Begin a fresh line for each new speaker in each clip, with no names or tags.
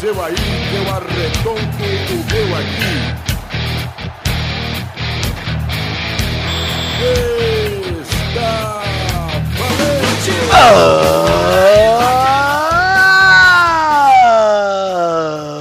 seu aí, eu arredonto o meu aqui. Está valente!
É, Ah!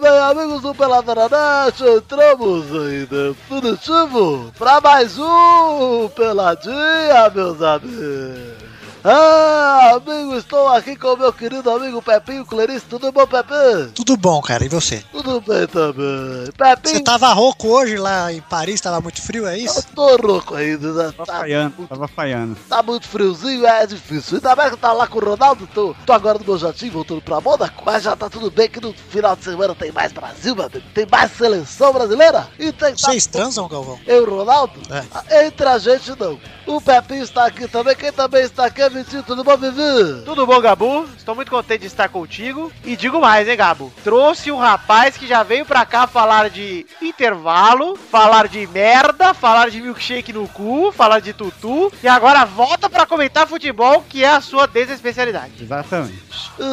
Bem, amigos do Peladranete, entramos em definitivo para mais um Peladinha, meus amigos. Ah, amigo, estou aqui com o meu querido amigo Pepinho Clarice. Tudo bom, Pepinho?
Tudo bom, cara, e você?
Tudo bem também. Pepinho,
Você tá tava rouco hoje lá em Paris, tava muito frio, é
eu
isso?
tô rouco ainda, né?
Tava
Tá
falhando, tava falhando.
Tá muito friozinho, é difícil. Ainda bem que tá lá com o Ronaldo. Tô, tô agora no meu jatinho, voltando pra Mônaco. Mas já tá tudo bem que no final de semana tem mais Brasil, meu amigo. Tem mais seleção brasileira. E tem...
Vocês transam, Galvão?
Eu e o Ronaldo?
É.
Ah, Entre a gente, não. O Pepinho está aqui também. Quem também está aqui é Vitinho. Tudo bom, Vivi?
Tudo bom, Gabu? Estou muito contente de estar contigo. E digo mais, hein, Gabo? Trouxe um rapaz que já veio pra cá falar de intervalo, falar de merda, falar de milkshake no cu, falar de tutu. E agora volta pra comentar futebol, que é a sua desespecialidade.
Exatamente.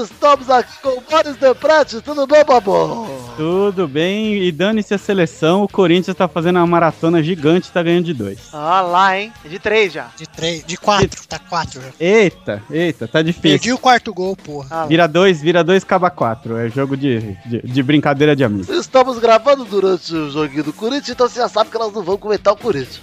Estamos aqui com o Boris Deprete. Tudo bom, Babão?
Tudo bem, e dane-se a seleção, o Corinthians tá fazendo uma maratona gigante e tá ganhando de dois.
Ah lá, hein? É de três já.
De três, de quatro, tá quatro já.
Eita, eita, tá difícil.
Perdi o quarto gol, porra.
Ah, lá.
Vira dois, vira dois, acaba quatro. É jogo de, de, de brincadeira de amigo.
Estamos gravando durante o joguinho do Corinthians, então você já sabe que nós não vamos comentar o Corinthians.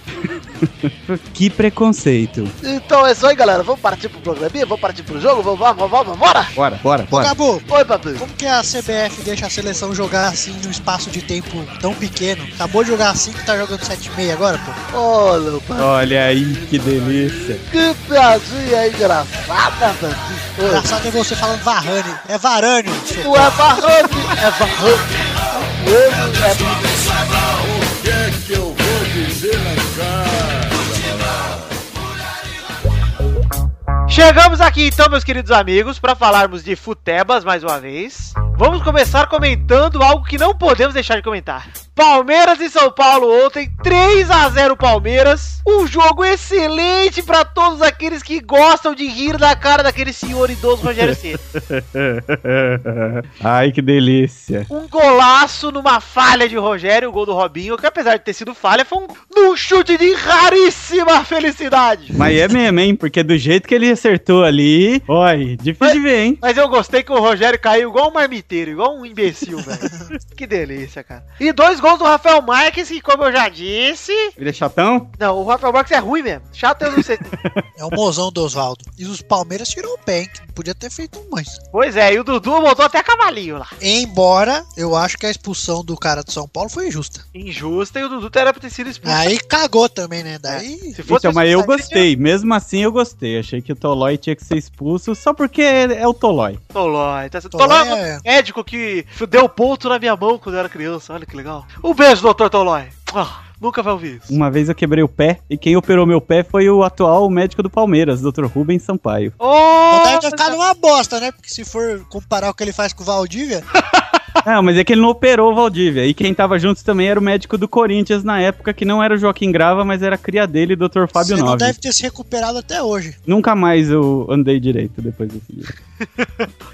Que preconceito.
Então é isso aí, galera. Vamos partir pro programinha? Vamos partir pro jogo? Vamos, vamos, vamos, vamos, bora!
Bora, bora,
Ô,
bora.
Gabu,
Oi, Papinho.
como que a CBF deixa a seleção jogar assim num espaço de tempo tão pequeno? Acabou de jogar 5, tá jogando 7,5 agora, pô?
Olha, o Papinho.
Olha aí, que delícia.
Que piadinha engraçada, Papinho.
Engraçado é você falando Varane. É Varane,
Oi.
seu
Não é barrante, é barrante. Ele é
O que é que eu vou dizer na cara?
Chegamos aqui então, meus queridos amigos, para falarmos de futebas mais uma vez. Vamos começar comentando algo que não podemos deixar de comentar. Palmeiras e São Paulo ontem, 3 a 0 Palmeiras. Um jogo excelente para todos aqueles que gostam de rir da cara daquele senhor idoso Rogério Ceni.
Ai, que delícia.
Um golaço numa falha de Rogério, o gol do Robinho, que apesar de ter sido falha, foi um, num chute de raríssima felicidade.
Mas é mesmo, hein? Porque do jeito que ele acertou ali. Oi, difícil de ver, hein?
Mas eu gostei que o Rogério caiu igual um marmiteiro, igual um imbecil, velho. que delícia, cara. E dois gols do Rafael Marques, que como eu já disse.
Ele é chatão?
Não, o Rafael Marques é ruim mesmo. Chato eu não sei.
É o mozão do Oswaldo. E os Palmeiras tirou o pé, hein? que Podia ter feito um mais.
pois é, e o Dudu botou até cavalinho lá.
Embora eu acho que a expulsão do cara do São Paulo foi injusta.
Injusta, e o Dudu era pra ter sido expulso.
Aí cagou também, né? Daí.
Se assim,
Então, mas eu
expulso, aí
gostei. Mesmo assim, eu gostei. Achei que o Tolói tinha que ser expulso só porque é, é o Tolói.
tinha o Tolói. Tá certo.
Tolói
Tolói é
é-
um médico que deu ponto na minha mão quando eu era criança. Olha que legal. Um beijo, doutor Tolói. Ah, nunca vai ouvir
Hum.
isso.
Uma vez eu quebrei o pé e quem operou meu pé foi o atual médico do Palmeiras, Dr. Rubens Sampaio.
Oh,
Vontade de ficar numa bosta, né? Porque se for comparar o que ele faz com o Valdívia,
Ah, mas é que ele não operou o Valdívia. E quem tava junto também era o médico do Corinthians na época, que não era o Joaquim Grava, mas era a cria dele, Dr.
você
Fábio
não
Nove.
deve ter se recuperado até hoje.
Nunca mais eu andei direito depois desse dia.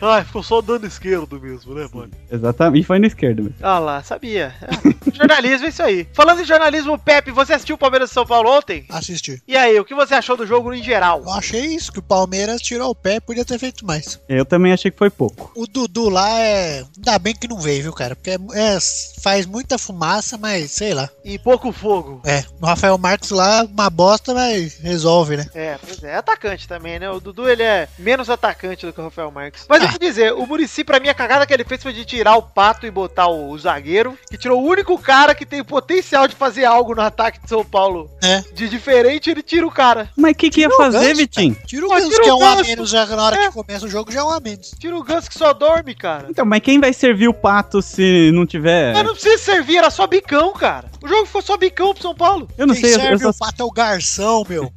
Ai, ficou só dando esquerdo mesmo, né, mano?
Exatamente. E foi no esquerdo. mesmo.
Ah lá, sabia. Ah, jornalismo é isso aí. Falando em jornalismo, Pepe, você assistiu o Palmeiras e São Paulo ontem?
Assistir.
E aí, o que você achou do jogo em geral?
Eu achei isso, que o Palmeiras tirou o pé e podia ter feito mais.
Eu também achei que foi pouco.
O Dudu lá é. Ainda bem que não veio, viu, cara? Porque é, é- faz muita fumaça, mas sei lá.
E pouco fogo.
É, o Rafael Marques lá, uma bosta, mas resolve, né?
É, pois é, é atacante também, né? O Dudu, ele é menos atacante do que o Rafael Marques. Mas eu vou dizer, o Murici, pra mim, a cagada que ele fez foi de tirar o pato e botar o, o zagueiro, que tirou o único cara que tem potencial de fazer algo no ataque de São Paulo.
É.
De diferente, ele tira o cara.
Mas o que, que ia fazer,
ganso,
Vitinho?
Tira o
Pô,
Ganso,
tira
que é
o
um a
Ganso.
menos já na hora
É.
que começa o jogo, já é um a menos.
Tira o ganso que só dorme, cara.
Então, mas quem vai servir o pato se não tiver.
Mas não precisa servir, era só bicão, cara. O jogo ficou só bicão pro São Paulo.
Eu não
Quem
sei, eu-
serve
eu
o
só
pato é o garção, meu.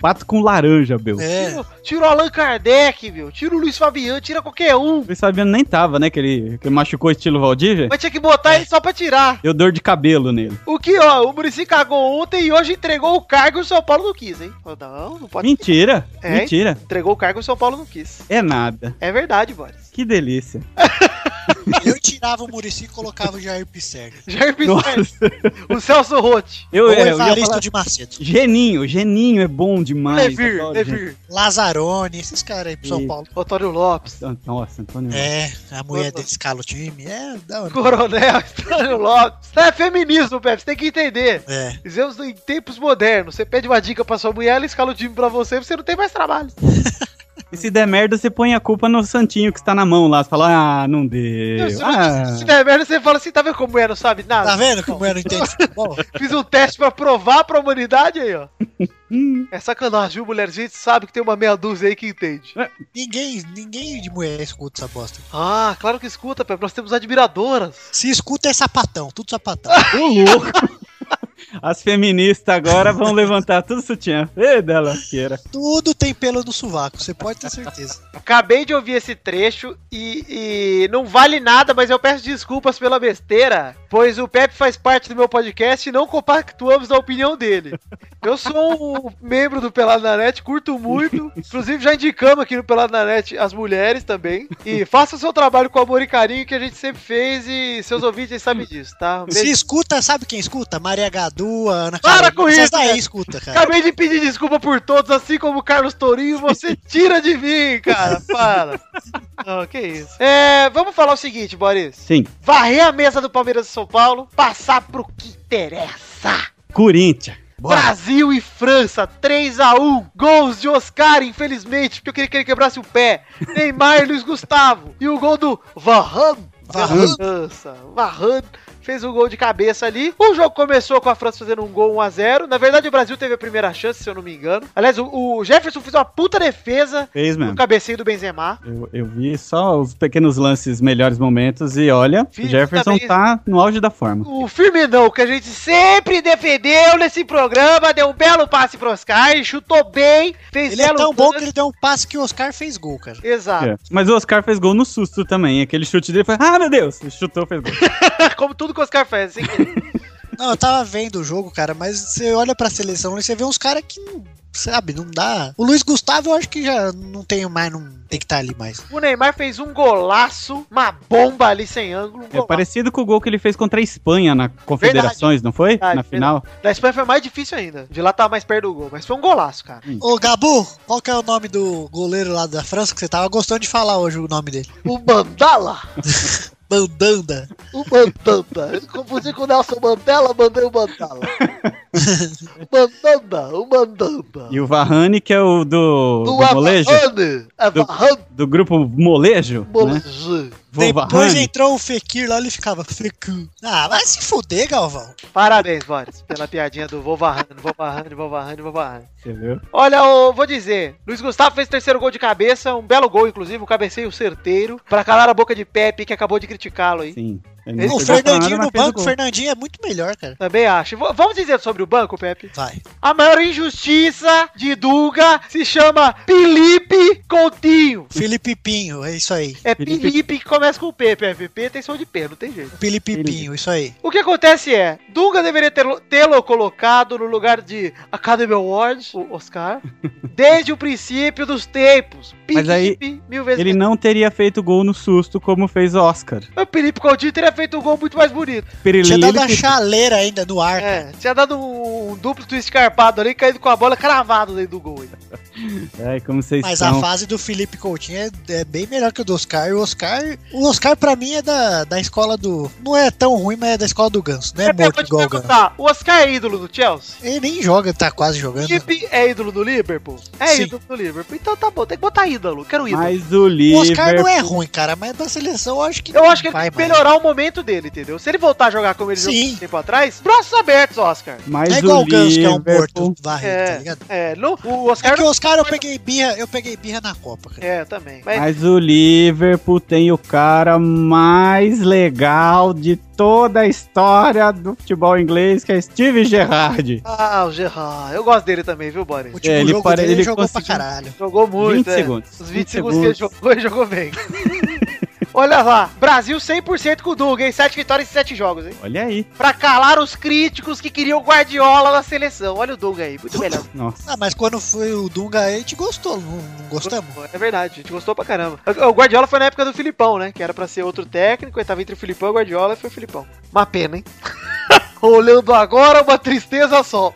pato com laranja, meu.
É.
Tira, tira o Allan Kardec, meu. Tira o Luiz Fabian, tira qualquer um.
O Fabiano nem tava, né? Que ele, que ele machucou estilo Valdívia.
Mas tinha que botar ele só pra tirar.
Deu dor de cabelo nele.
O que, ó, o Murici cagou ontem e hoje entregou o cargo e o São Paulo não quis, hein? Falou, Não, não pode.
Mentira!
É,
Mentira!
Entregou o cargo e o São Paulo não quis.
É nada.
É verdade, Boris.
Que delícia.
Eu tirava o Murici e colocava o Jair Pisserni.
Jair Pisani,
Nossa.
o Celso Rotti.
Eu,
Ou
é, eu ia
Evaristo
falar...
de Macedo.
Geninho, Geninho é bom demais.
Levir,
adoro Geninho.
Levir.
Lazarone, esses caras aí pro São
E-
Paulo.
Otório Lopes.
Nossa, Antônio.
É, a mulher
Opa.
dele escala o time. É, da hora.
Coronel Otório Lopes. É feminismo, Pepe, você tem que entender.
É.
Vivemos em tempos modernos. Você pede uma dica pra sua mulher, ela escala o time pra você, você não tem mais trabalho.
E se der merda, você põe a culpa no santinho que está na mão lá. Você fala, ah, não deu.
Se,
Ah,
se der merda, você fala assim, tá vendo como mulher não sabe nada?
Tá vendo como eu não entendo futebol?
Fiz um teste pra provar pra humanidade aí, ó. é sacanagem, viu, mulher? A gente sabe que tem uma meia dúzia aí que entende.
Ninguém, ninguém de mulher escuta essa bosta.
Ah, claro que escuta, Pepe. Nós temos admiradoras.
Se escuta é sapatão, tudo sapatão.
ô louco. As feministas agora vão levantar tudo sutiã. Ê, da lasqueira.
tudo tem pelo no sovaco, você pode ter certeza.
Acabei de ouvir esse trecho e, e não vale nada, mas eu peço desculpas pela besteira, pois o Pepe faz parte do meu podcast e não compactuamos da opinião dele. Eu sou um membro do Pelado na Net, curto muito, inclusive já indicamos aqui no Pelado na Net as mulheres também. E faça o seu trabalho com amor e carinho que a gente sempre fez e seus ouvintes eles sabem disso, tá? Um
Se
beijo.
escuta, sabe quem escuta? Maria Gadu, a Ana
Para com
Essas
isso,
daí
cara.
escuta, cara.
Acabei de pedir desculpa por todos, assim como o Carlos Tourinho, você tira de mim, cara. Para. Não, que isso. É, vamos falar o seguinte, Boris.
Sim,
Varrer a mesa do Palmeiras e São Paulo, passar pro que interessa.
Corinthians.
Brasil e França, 3x1. Gols de Oscar, infelizmente, porque eu queria que ele quebrasse o pé. Neymar e Luiz Gustavo. E o gol do Varane.
Varane.
Nossa, Varane fez um gol de cabeça ali. O jogo começou com a França fazendo um gol 1x0. Na verdade, o Brasil teve a primeira chance, se eu não me engano. Aliás, o o Jefferson fez uma puta defesa
Fez
É.
no
mesmo.
cabeceio do Benzema.
Eu, eu vi só os pequenos lances, melhores momentos, e olha,
Fiz
o Jefferson
também-
tá no auge da forma.
O Firminão, que a gente sempre defendeu nesse programa, deu um belo passe pro Oscar, chutou bem, fez
Ele é
belo
tão bom que
lance.
ele deu um passe que o Oscar fez gol, cara.
Exato.
É. Mas o Oscar fez gol no susto também. Aquele chute dele foi, ah, meu Deus! Ele Chutou, fez gol.
Como tudo que o Oscar faz, assim.
Não, eu tava vendo o jogo, cara, mas você olha pra seleção e você vê uns caras que não. Sabe, não dá. O Luiz Gustavo eu acho que já não tem mais, não tem que estar ali mais.
O Neymar fez um golaço, uma bomba ali sem ângulo. Um
É
golaço.
parecido com o gol que ele fez contra a Espanha na Confederações, não foi?
Verdade,
na final.
Da Espanha foi mais difícil ainda. De lá tava mais perto do gol, mas foi um golaço, cara.
Ô, Gabu, qual que é o nome do goleiro lá da França que você tava gostando de falar hoje o nome dele?
é O Mandala,
Bandanda.
o Mandanda. Eu confundi com o Nelson Mandela, mandei o Mandala. O Mandanda, o Mandanda.
E o Varane, que é o do, do,
Do
molejo,
Avahane. Avahane
do né? grupo molejo, né?
Molejo.
Vou
Depois
Varane.
entrou o Fekir lá, ele ficava Fekir. Ah, vai se fuder, Galvão.
Parabéns, Boris, pela piadinha do Vovarrando, Vovarrando, Vovarrando, Vovarrando.
Entendeu?
Olha, eu vou dizer, Luiz Gustavo fez o terceiro gol de cabeça, um belo gol, inclusive, um cabeceio certeiro, pra calar a boca de Pepe, que acabou de criticá-lo aí.
Sim. Ele
Esse
não
O
pegou pra nada,
Fernandinho
mas
no
fez o
banco, o
gol.
Fernandinho é muito melhor, cara.
Também acho. V- vamos dizer sobre o banco, Pepe?
Vai.
A maior injustiça de Dunga se chama Felipe Coutinho.
Felipe Pinho, é isso aí.
É
Felipe-
Felipe que começa com P, Pepe. P tem som de P, não tem jeito.
Felipe
Felipe.
Pinho, isso aí.
O que acontece é, Dunga deveria ter- tê-lo colocado no lugar de Academy Awards, o Oscar, desde o princípio dos tempos.
Mas aí,
Felipe, mil vezes
Ele não teria feito gol no susto como fez o Oscar.
O Felipe Coutinho teria feito um gol muito mais bonito.
Tinha
Pirilili
dado a chaleira ainda no ar.
É, tinha dado um, um duplo twist carpado ali, caído com a bola cravado dentro do gol. hein?
Ai, É, como vocês
Mas a
estão.
fase do Felipe Coutinho é, é bem melhor que o do Oscar. O Oscar, o Oscar pra mim é da, da escola do. Não é tão ruim, mas é da escola do Ganso. Não é
Pepe, eu
morto
vou te
igual o Ganso.
perguntar, o Oscar é ídolo do Chelsea?
Ele nem joga, tá quase jogando.
Felipe é ídolo do Liverpool? É
Sim.
ídolo do Liverpool. Então tá bom, tem que botar ídolo. Quero ídolo.
Mas o
O
Liverpool.
Oscar não é ruim, cara, mas da seleção eu acho que.
Eu
não
acho que ele
vai
tem que
mais.
melhorar o momento dele, entendeu? Se ele voltar a jogar como ele
Sim.
jogou um tempo atrás, braços abertos, Oscar.
Mas
Não é igual o Ganso, que é um
Liverpool-
morto varrido, tá
É,
ligado?
é, no, o
É
Oscar
que
não...
o Oscar eu peguei birra, eu peguei birra na Copa, cara.
É, também. Mas,
Mas o Liverpool tem o cara mais legal de toda a história do futebol inglês, que é Steve Gerrard.
Ah, o Gerrard. Eu gosto dele também, viu, Boris?
O último
É, ele
jogo
pare-
dele
ele
jogou pra
conseguiu-
caralho.
Jogou muito,
20
é.
segundos.
Os 20,
20
segundos que ele
segundos.
jogou, ele jogou bem. Olha lá, Brasil 100% com o Dunga, hein? 7 vitórias e 7 jogos, hein?
Olha aí.
Pra calar os críticos que queriam Guardiola na seleção. Olha o Dunga aí, muito melhor.
Nossa.
Ah, mas quando foi o Dunga aí, a gente gostou, não, não gostamos?
É verdade, a gente gostou pra caramba. O Guardiola foi na época do Filipão, né? Que era pra ser outro técnico, e tava entre o Filipão e o Guardiola, e foi o Filipão. Uma pena, hein? Olhando agora, uma tristeza só.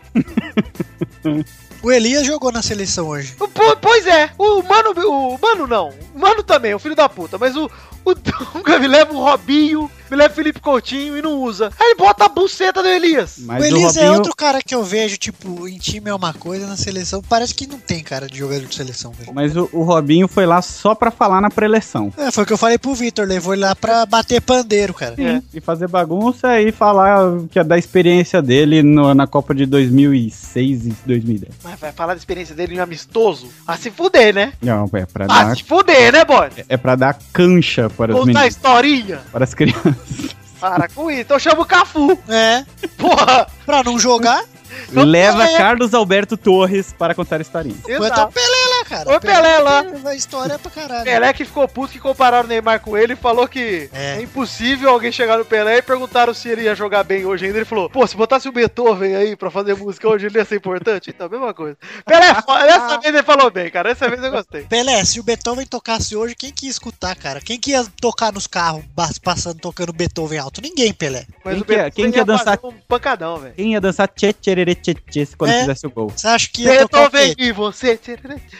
O Elias jogou na seleção hoje.
O po- Pois é, o Mano. O Mano não. O Mano também, o filho da puta. Mas o, o Dunga me leva o Robinho, me leva o Felipe Coutinho e não usa. Aí ele bota a buceta do Elias.
Mas
o
o,
Elias é
Robinho,
outro cara que eu vejo, tipo, em time é uma coisa, na seleção parece que não tem cara de jogador de seleção, velho.
mas o, o Robinho foi lá só pra falar na preleção.
É, foi o que eu falei pro Vitor, levou ele lá pra bater pandeiro, cara.
É.
E fazer bagunça e falar que é da experiência dele no- na Copa de 2006 e 2010.
Mas vai falar da experiência dele em amistoso? A se fuder, né?
Não, é pra
A
Ah,
dar,
tipo-
se fuder, né, boy?
é pra dar cancha para os
Contar
meninos,
historinha.
para as crianças.
Para com isso. Então chama o Cafu.
É,
Porra.
pra não jogar,
Então,
Leva
é,
Carlos Alberto Torres para contar historinha.
bota o
Exato.
Pelé lá, cara.
Põe o Pelé lá.
A história é pra caralho.
Pelé que ficou puto que compararam o Neymar com ele e falou que
É.
é. impossível alguém chegar no Pelé e perguntaram se ele ia jogar bem hoje ainda. Ele falou, pô, se botasse o Beethoven aí pra fazer música hoje, ele ia ser importante? Então, mesma coisa. Pelé, é foda. dessa vez ele falou bem, cara. Dessa vez eu gostei.
Pelé, se o Beethoven tocasse hoje, quem que ia escutar, cara? Quem que ia tocar nos carros, bas- passando, tocando Beethoven alto? Ninguém, Pelé.
Quem
o
que é-
Beethoven
quem que ia dançar?
fazer Um pancadão, velho.
Quem ia dançar tchê tchererê tchê tchê se quando
É.
fizesse o gol?
Você acha que ia tocar o
Beethoven
quê?
e você.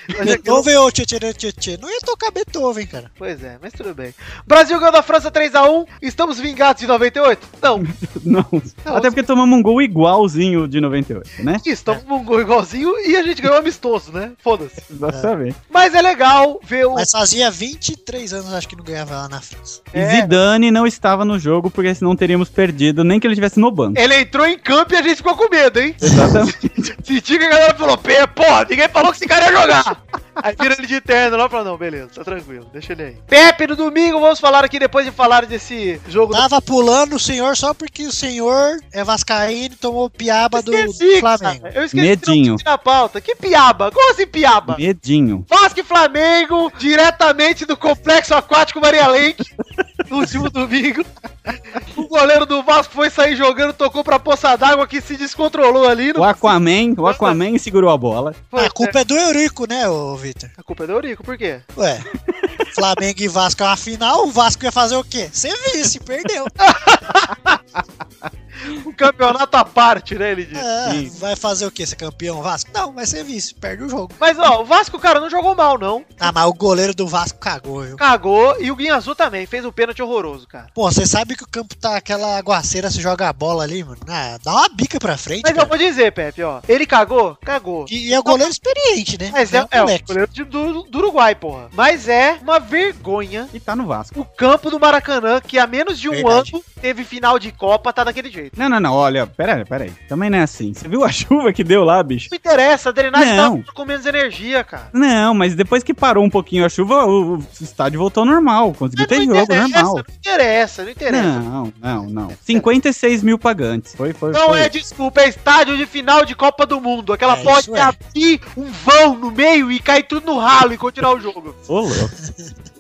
Mas é que eu-
Beethoven ou tchê, tchê, tchê, tchê, tchê? Não ia tocar Beethoven, cara.
Pois é, mas tudo bem. Brasil ganhou da França 3x1. Estamos vingados de 98? Não.
Não. Até
os-
porque tomamos um gol igualzinho de 98, né?
Isso, estamos com um gol igualzinho e a gente ganhou amistoso, né? Foda-se.
Exatamente.
Mas é legal ver o.
Mas fazia 23 anos, acho que não ganhava lá na França.
E Zidane não estava no jogo, porque senão teríamos perdido, nem que ele estivesse no banco.
Ele entrou em campo e a gente ficou com medo, hein?
Exatamente.
Senti que a galera falou, pé, porra, ninguém falou que esse cara ia jogar. Aí vira ele de terno lá e fala, não, beleza, tá tranquilo, deixa ele aí. Pepe, no domingo, vamos falar aqui, depois de falar desse jogo do...
Tava pulando o senhor só porque o senhor é vascaíno e tomou piaba do, do
Ah, Esqueci,
Flamengo.
cara, Eu esqueci
Medinho.
de não na pauta. Que piaba, como assim piaba?
Medinho.
Vasco e Flamengo, diretamente do Complexo Aquático Maria Lenk, no último domingo. O goleiro do Vasco foi sair jogando, tocou pra poça d'água que se descontrolou ali.
O
Não...
Aquaman, o Aquaman segurou a bola.
Foi-
A culpa é do Eurico, né, ô Vitor?
A culpa é do Eurico, por quê?
Ué, Flamengo e Vasco é uma final, o Vasco ia fazer o quê? Ser vice, perdeu.
É Um campeonato à parte, né, ele disse.
Ah,
Isso.
vai fazer o quê? Ser campeão Vasco? Não, vai ser vice, perde o jogo.
Mas, ó, o Vasco, cara, não jogou mal, não.
Ah, mas o goleiro do Vasco cagou, viu?
Cagou. E o Guinha Azul também. Fez um pênalti horroroso, cara.
Pô, você sabe que o campo tá aquela aguaceira, você joga a bola ali, mano. Ah, dá uma bica pra frente,
Mas eu
cara.
vou dizer, Pepe, ó. Ele cagou? Cagou.
E, e é o goleiro experiente, né?
Mas é,
um
é o
moleque.
goleiro de- do, do Uruguai, porra. Mas é uma vergonha
E tá no Vasco.
o campo do Maracanã, que há menos de um
Verdade.
ano teve final de Copa, tá daquele jeito.
Não, não, não, olha, peraí, peraí. Também não é assim. Você viu a chuva que deu lá, bicho?
Não interessa, a drenagem
Não.
tá com menos energia, cara.
Não, mas depois que parou um pouquinho a chuva, o o estádio voltou ao normal.
É,
Conseguiu ter jogo
interessa,
normal.
não interessa, não interessa.
Não, não, não. 56 mil pagantes. Foi, foi.
Não
foi.
é desculpa, é estádio de final de Copa do Mundo. Aquela
É,
pode
isso é.
abrir um vão no meio e cair tudo no ralo e continuar o jogo.
Ô, louco.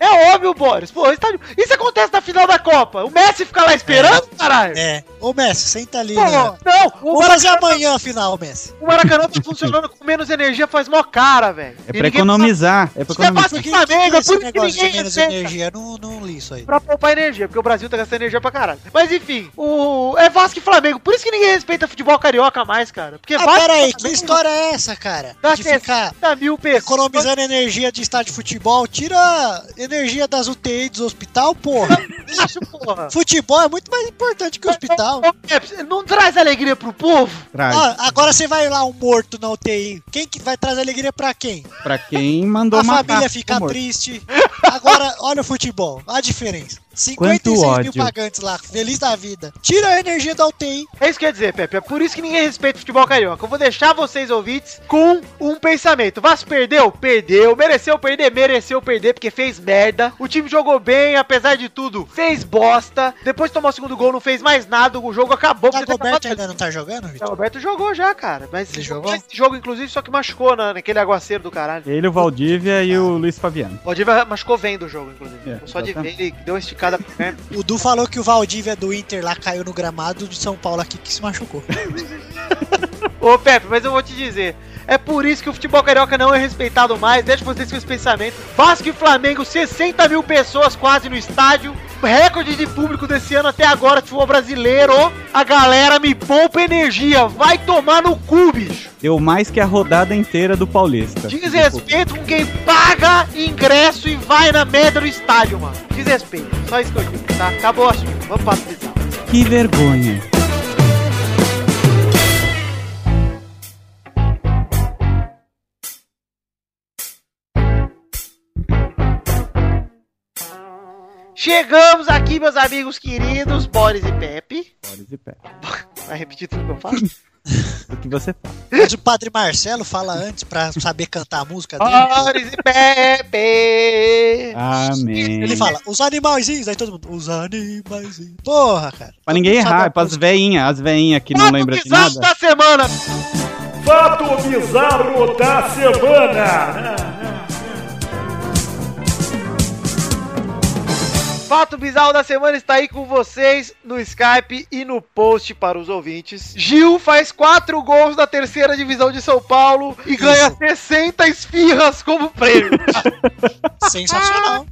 É óbvio, Boris. Pô, estádio... Isso acontece na final da Copa. O Messi fica lá esperando, caralho.
É. Ô, Messi, senta ali,
Pô,
né?
não, o
Vamos fazer
Maracanã,
amanhã a final, Messi.
o Maracanã tá funcionando com menos energia, faz mó cara, velho.
É pra economizar. É pra
Isso é
economizar.
Vasco e Flamengo, é
esse
por isso que
negócio de
ninguém
menos
respeita.
energia? Eu Não, não li isso aí.
Pra poupar energia, porque o Brasil tá gastando energia pra caralho. Mas enfim, o... é Vasco e Flamengo. Por isso que ninguém respeita futebol carioca mais, cara. Porque
Ah,
Vasco e
peraí, que
Flamengo
história é essa, cara?
Dá
De
que-
ficar
tá mil pessoas.
economizando energia de estádio de futebol, tira energia das UTI dos hospital, porra.
Acho, porra.
futebol é muito mais importante que o hospital.
Ô, Pepe, Não traz alegria pro povo?
Traz.
Ó, agora você vai lá um morto na UTI. Quem que vai trazer alegria pra quem?
Pra quem mandou
a
matar.
um
família fica
Amor.
triste. Agora, olha o futebol, olha a diferença.
Quanto
56 mil
ódio.
pagantes lá, feliz da vida. Tira a energia da UTI.
É isso que eu ia dizer, Pepe. É por isso que ninguém respeita o futebol carioca. Eu vou deixar vocês ouvintes com um pensamento. Vasco perdeu? Perdeu. Mereceu perder? Mereceu perder, porque fez merda. O time jogou bem, apesar de tudo, fez bosta. Depois tomou o segundo gol, não fez mais nada. O jogo acabou. porque
Dagoberto
acabado-
ainda não tá jogando, Vitor?
O Roberto jogou já, cara. Mas
Ele jogou?
esse jogo, inclusive, só que machucou na, naquele aguaceiro do caralho.
Ele, o Valdívia e o Luiz Fabiano.
O Odiva machucou vendo o jogo, inclusive.
É,
só de ver,
exatamente.
ele deu uma esticada pro pé.
O Du falou que o Valdívia do Inter lá caiu no gramado do São Paulo aqui que se machucou.
Ô Pepe, mas eu vou te dizer. É por isso que o futebol carioca não é respeitado mais. Deixa vocês com esse pensamento. Vasco e Flamengo, 60 mil pessoas quase no estádio. Recorde de público desse ano até agora, futebol brasileiro. A galera me poupa energia. Vai tomar no cu, bicho.
Deu mais que a rodada inteira do Paulista. Tipo,
Desrespeito com quem paga ingresso e vai na merda do estádio, mano. Desrespeito. Só isso que eu digo, tá? Acabou o assunto. Vamos pra prisão.
Que vergonha.
Chegamos aqui, meus amigos queridos, Boris e Pepe.
Boris e Pepe.
Vai repetir tudo que eu falo?
O que você faz?
Mas o Padre Marcelo fala antes pra saber cantar a música dele.
Boris e
Amém.
Pepe!
Ah, Ele fala, os animaizinhos, aí todo mundo, os animaizinhos. Porra, cara.
Pra ninguém
Sabe
errar,
a
é pras
música?
veinhas. As veinhas que não
Fato
lembram de
bizarro
nada.
da semana!
Fato bizarro da semana.
Fato bizarro da semana está aí com vocês no Skype e no post para os ouvintes. Gil faz quatro gols na terceira divisão de São Paulo e ganha 60 esfirras como prêmio.
Sensacional.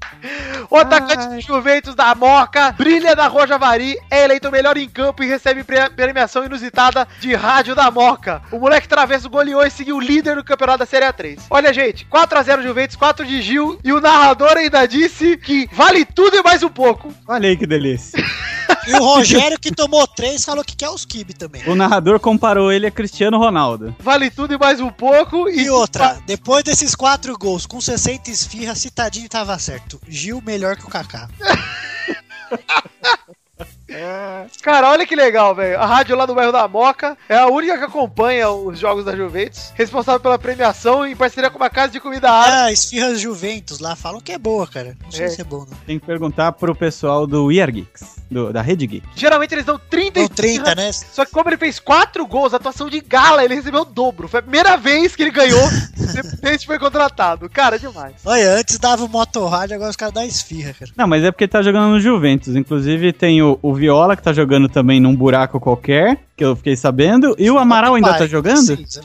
O atacante do Juventus da Moca, brilha da Roja Vari, é eleito o melhor em campo e recebe pre- premiação inusitada de rádio da Moca. O moleque travesso goleou e seguiu líder do campeonato da Série A3. Olha, gente, 4x0 Juventus, 4 de Gil, e o narrador ainda disse que vale tudo e mais um pouco.
Olha aí que delícia.
E o Rogério, que tomou três, falou que quer os kibe também.
O narrador comparou ele a Cristiano Ronaldo.
Vale tudo e mais um pouco.
E outra, depois desses quatro gols, com 60 esfirras, Citadinho tava certo. Gil melhor que o Kaká.
Cara, olha que legal, velho. A rádio lá do bairro da Moca é a única que acompanha os jogos da Juventus, responsável pela premiação em parceria com uma casa de comida árabe.
Ah, esfirras Juventus lá falam que é boa, cara. Não sei
É.
se é boa, não.
Tem que perguntar pro pessoal do We Are Geeks, do- da Rede Geek.
Geralmente eles dão 30
Não, 30, né?
Só que como ele fez quatro gols, atuação de gala, ele recebeu o dobro. Foi a primeira vez que ele ganhou depois que foi contratado. Cara, é demais.
Olha, antes dava o motorrádio, agora os caras dão esfirra, cara.
Não, mas é porque ele tá jogando no Juventus. Inclusive tem o, o Viola, que tá jogando também num buraco qualquer, que eu fiquei sabendo. E o Amaral ainda tá jogando?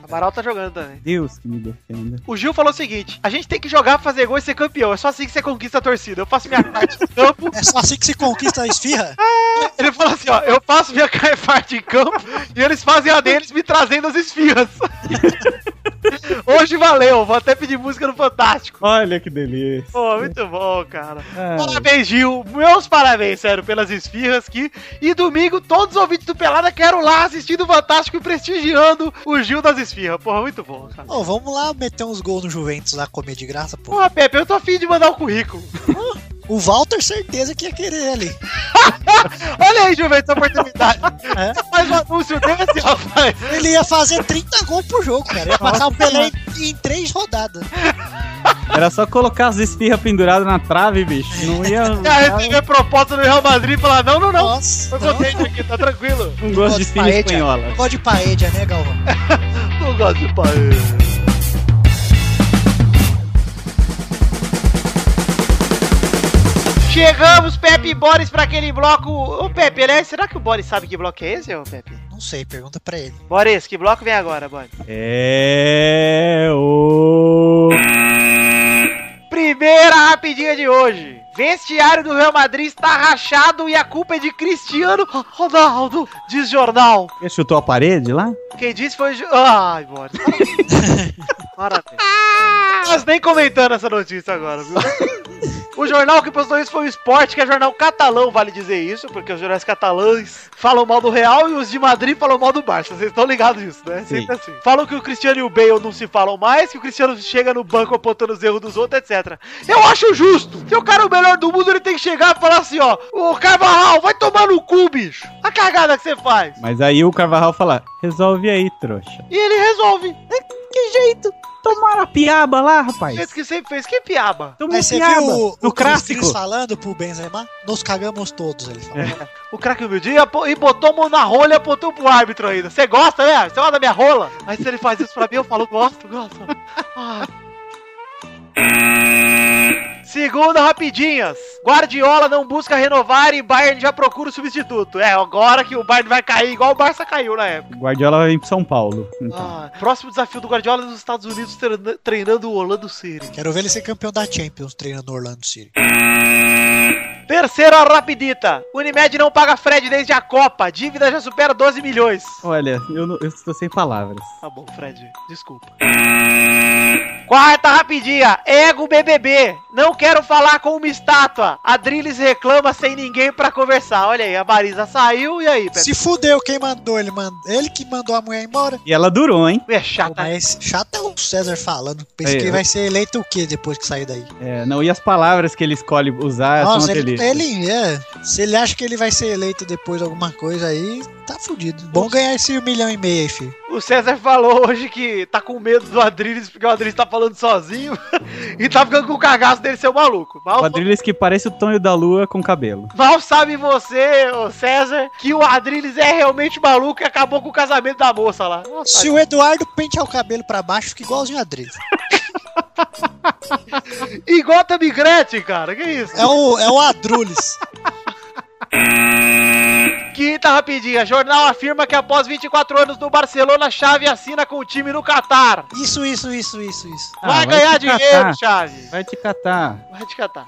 Amaral tá jogando também.
Deus que me defenda.
O Gil falou o seguinte: a gente tem que jogar, fazer gol e ser campeão. É só assim que você conquista a torcida. Eu faço minha parte de campo.
É só assim que se conquista a esfirra?
Ele falou assim: ó, eu faço minha parte de campo e eles fazem a deles me trazendo as esfirras. Hoje valeu, vou até pedir música no Fantástico.
Olha que delícia.
Pô, muito bom, cara.
Ai.
Parabéns, Gil. Meus parabéns, sério, pelas esfirras aqui. E domingo, todos os ouvintes do Pelada quero lá assistindo o Fantástico e prestigiando o Gil das Esfirras. Porra, muito bom, cara.
Ô, vamos lá meter uns gols no Juventus lá, comer de graça, pô.
Porra, Pepe, eu tô afim de mandar o currículo.
O Walter certeza que ia querer ali.
Olha aí, Juventus, a oportunidade.
É.
Você faz um anúncio desse, rapaz.
Ele ia fazer 30 gols por jogo, cara. Ia passar o Pelé em, em três rodadas.
Era só colocar as esfirras penduradas na trave, bicho. Não ia.
Já receber proposta do Real Madrid e falar: não, não, não.
Nossa.
Eu contente aqui, tá tranquilo.
Um gosto de esfirra
Paella.
espanhola.
Gol de paella, né, Galvão?
Não gosto de pai. Chegamos, Pepe e Boris, pra aquele bloco. Ô, Pepe, aliás, será que o Boris sabe que bloco é esse, ô, Pepe?
Não sei, pergunta pra ele.
Boris, que bloco vem agora, Boris?
É o.
Primeira rapidinha de hoje. Vestiário do Real Madrid está rachado e a culpa é de Cristiano Ronaldo, diz jornal.
Ele chutou a parede lá?
Quem disse foi. o Ju- Ai, Boris. Parabéns. Nós nem comentando essa notícia agora, viu? O O jornal que postou isso foi o Esporte, que é jornal catalão, vale dizer isso, porque os jornais catalães falam mal do Real e os de Madrid falam mal do Barça. Vocês estão ligados nisso, né? Sempre assim. Falam que o Cristiano e o Bale não se falam mais, que o Cristiano chega no banco apontando os erros dos outros, etc. Eu acho justo. Se o cara é o melhor do mundo, ele tem que chegar e falar assim, ó, ô Carvalhal, vai tomar no cu, bicho. A cagada que você faz.
Mas aí o Carvajal fala, resolve aí, trouxa.
E ele resolve.
Que jeito? Tomaram a piaba lá,
Do jeito
rapaz.
que sempre fez. Que piaba.
Tomou
Mas você
piaba.
viu o,
no
o Chris
clássico.
Cris falando pro Benzema? Nos cagamos todos, ele falou.
O craque humilde ia pô- e botou a mão na rola e apontou pro árbitro ainda. Você gosta, né? Você gosta da minha rola? Aí se ele faz isso pra mim, eu falo, gosto, gosto. Ah. Segunda, rapidinhas. Guardiola não busca renovar e Bayern já procura o substituto. É, agora que o Bayern vai cair igual o Barça caiu na época.
Guardiola vem pro São Paulo. Então.
Ah, próximo desafio do Guardiola é nos Estados Unidos treina- treinando o Orlando City.
Quero ver ele ser campeão da Champions treinando Orlando City.
Terceira, rapidita. Unimed não paga Fred desde a Copa. Dívida já supera 12 milhões.
Olha, eu, não- eu estou sem palavras.
Tá bom, Fred, desculpa. Quarta rapidinha, ego BBB. Não quero falar com uma estátua. A Drilis reclama sem ninguém pra conversar. Olha aí, a Marisa saiu e aí, Pedro?
Se fudeu, quem mandou? Ele, mand... ele que mandou a mulher embora.
E ela durou, hein?
É
Pô,
chata.
Mas chato é o César falando. Pensa
Aí,
que
eu-
vai ser eleito o quê depois que sair daí?
É, não, e as palavras que ele escolhe usar são
Nossa,
uma
ele,
delícia.
ele é. Se ele acha que ele vai ser eleito depois de alguma coisa aí, tá fudido. Bom ganhar esse um milhão e meio aí, filho.
O César falou hoje que tá com medo do Adriles porque o Adriles tá falando sozinho e tá ficando com o cagaço dele ser o maluco. Mal,
Quadrilhas que parece o Tonho da Lua com cabelo.
mal sabe você, ô César, que o Adriles é realmente maluco e acabou com o casamento da moça lá. Nossa,
Se o Eduardo pentear o cabelo pra baixo, fica igualzinho a Driz.
E Gotham e Gretchen, cara, que isso?
É o, é o Adrules.
Quinta rapidinha. tá Jornal afirma que após 24 anos no Barcelona, Xavi assina com o time no Catar.
Isso, isso, isso, isso, isso.
Ah,
Vai
vai
ganhar
te catar.
dinheiro, Xavi.
Vai te catar.
Vai te catar.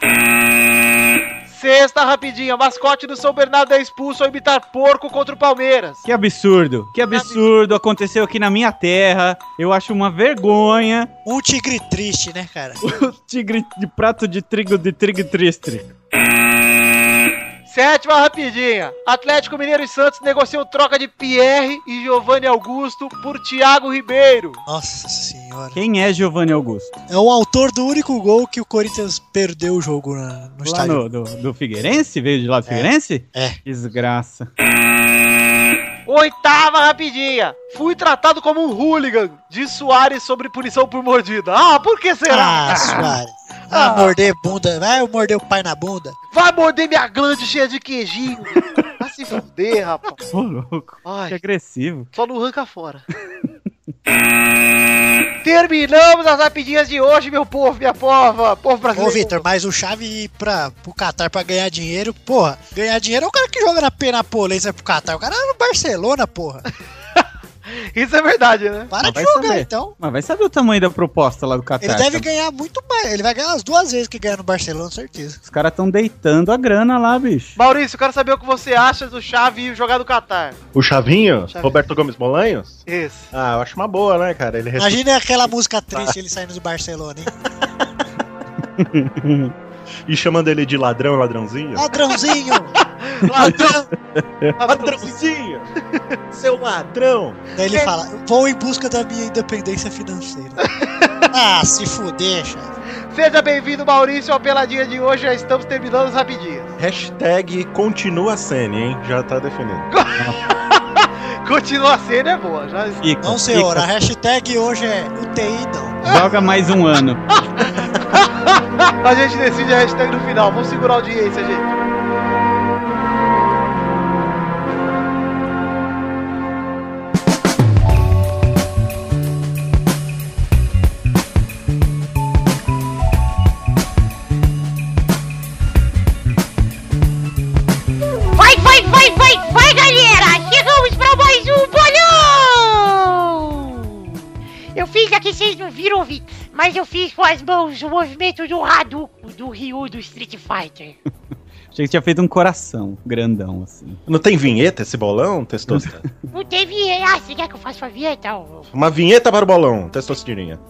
Sexta rapidinha. Mascote do São Bernardo é expulso ao imitar porco contra o Palmeiras.
Que absurdo, que absurdo. Aconteceu aqui na minha terra. Eu acho uma vergonha.
Um tigre triste, né, cara?
O tigre de prato de trigo de trigo triste.
Sétima rapidinha. Atlético Mineiro e Santos negociam troca de Pierre e Giovanni Augusto por Thiago Ribeiro.
Nossa senhora.
Quem é Giovanni Augusto?
É o autor do único gol que o Corinthians perdeu o jogo na- no
Lá
estádio.
no, do, do Figueirense? Veio de lá do Figueirense?
É.
Desgraça.
Oitava rapidinha. Fui tratado como um hooligan. De Soares sobre punição por mordida. Ah, por que será?
Ah, Suárez. Ah,
Ah.
morder bunda. Vai eu morder o pai na bunda.
Vai morder minha glande cheia de queijinho. Vai se fuder, rapaz.
Ô, louco. Que
Ai,
agressivo.
só não arranca fora. Terminamos as rapidinhas de hoje, meu povo, minha pova, povo
Ô,
brasileiro.
Vitor, mas o Chave ir pra, pro Catar pra ganhar dinheiro, porra. Ganhar dinheiro é o cara que joga na Penapolência pro Catar. O cara é no Barcelona, porra.
Isso é verdade, né?
Para
Mas
de
Ah, vai
jogar,
saber.
então.
Mas vai saber o tamanho da proposta lá do Catar.
Ele deve
tá?
ganhar muito mais. Ele vai ganhar as duas vezes que ganha no Barcelona, certeza.
Os caras estão deitando a grana lá, bicho.
Maurício, eu quero saber o que você acha do Xavi jogar no Catar.
O Chavinho?
Chavinho.
Roberto Gomes Bolanhos?
Esse.
Ah, eu acho uma boa, né, cara? Ele ressuscitou.
Imagina aquela música triste ele saindo do Barcelona, hein?
E chamando ele de ladrão, ladrãozinho?
Ladrãozinho!
Ladrão.
Ladrãozinho! Seu ladrão!
Daí ele fala: Vou em busca da minha independência financeira. Ah, se fuder, Chave.
Seja bem-vindo, Maurício, ao Peladinha de hoje. Já estamos terminando as rapidinhas.
Hashtag continua a cena, hein? Já tá definido.
Continua a cena, é boa. Já...
Fica,
Não,
fica.
senhora. A hashtag hoje é UTI, não.
Joga mais um ano.
A gente decide a hashtag no final. Vamos segurar a audiência, gente.
Vai, vai, vai, vai, vai, galera! Chegamos pra mais um bolão! Eu fiz aqui, vocês não viram ouvir, mas eu fiz com as mãos o movimento do Hadouken do Ryu do Street Fighter.
Achei que tinha feito um coração grandão, assim.
Não tem vinheta esse bolão, Testosterona?
Não teve. Ah, você quer que eu faça uma vinheta?
uma vinheta para o bolão, Testosterona.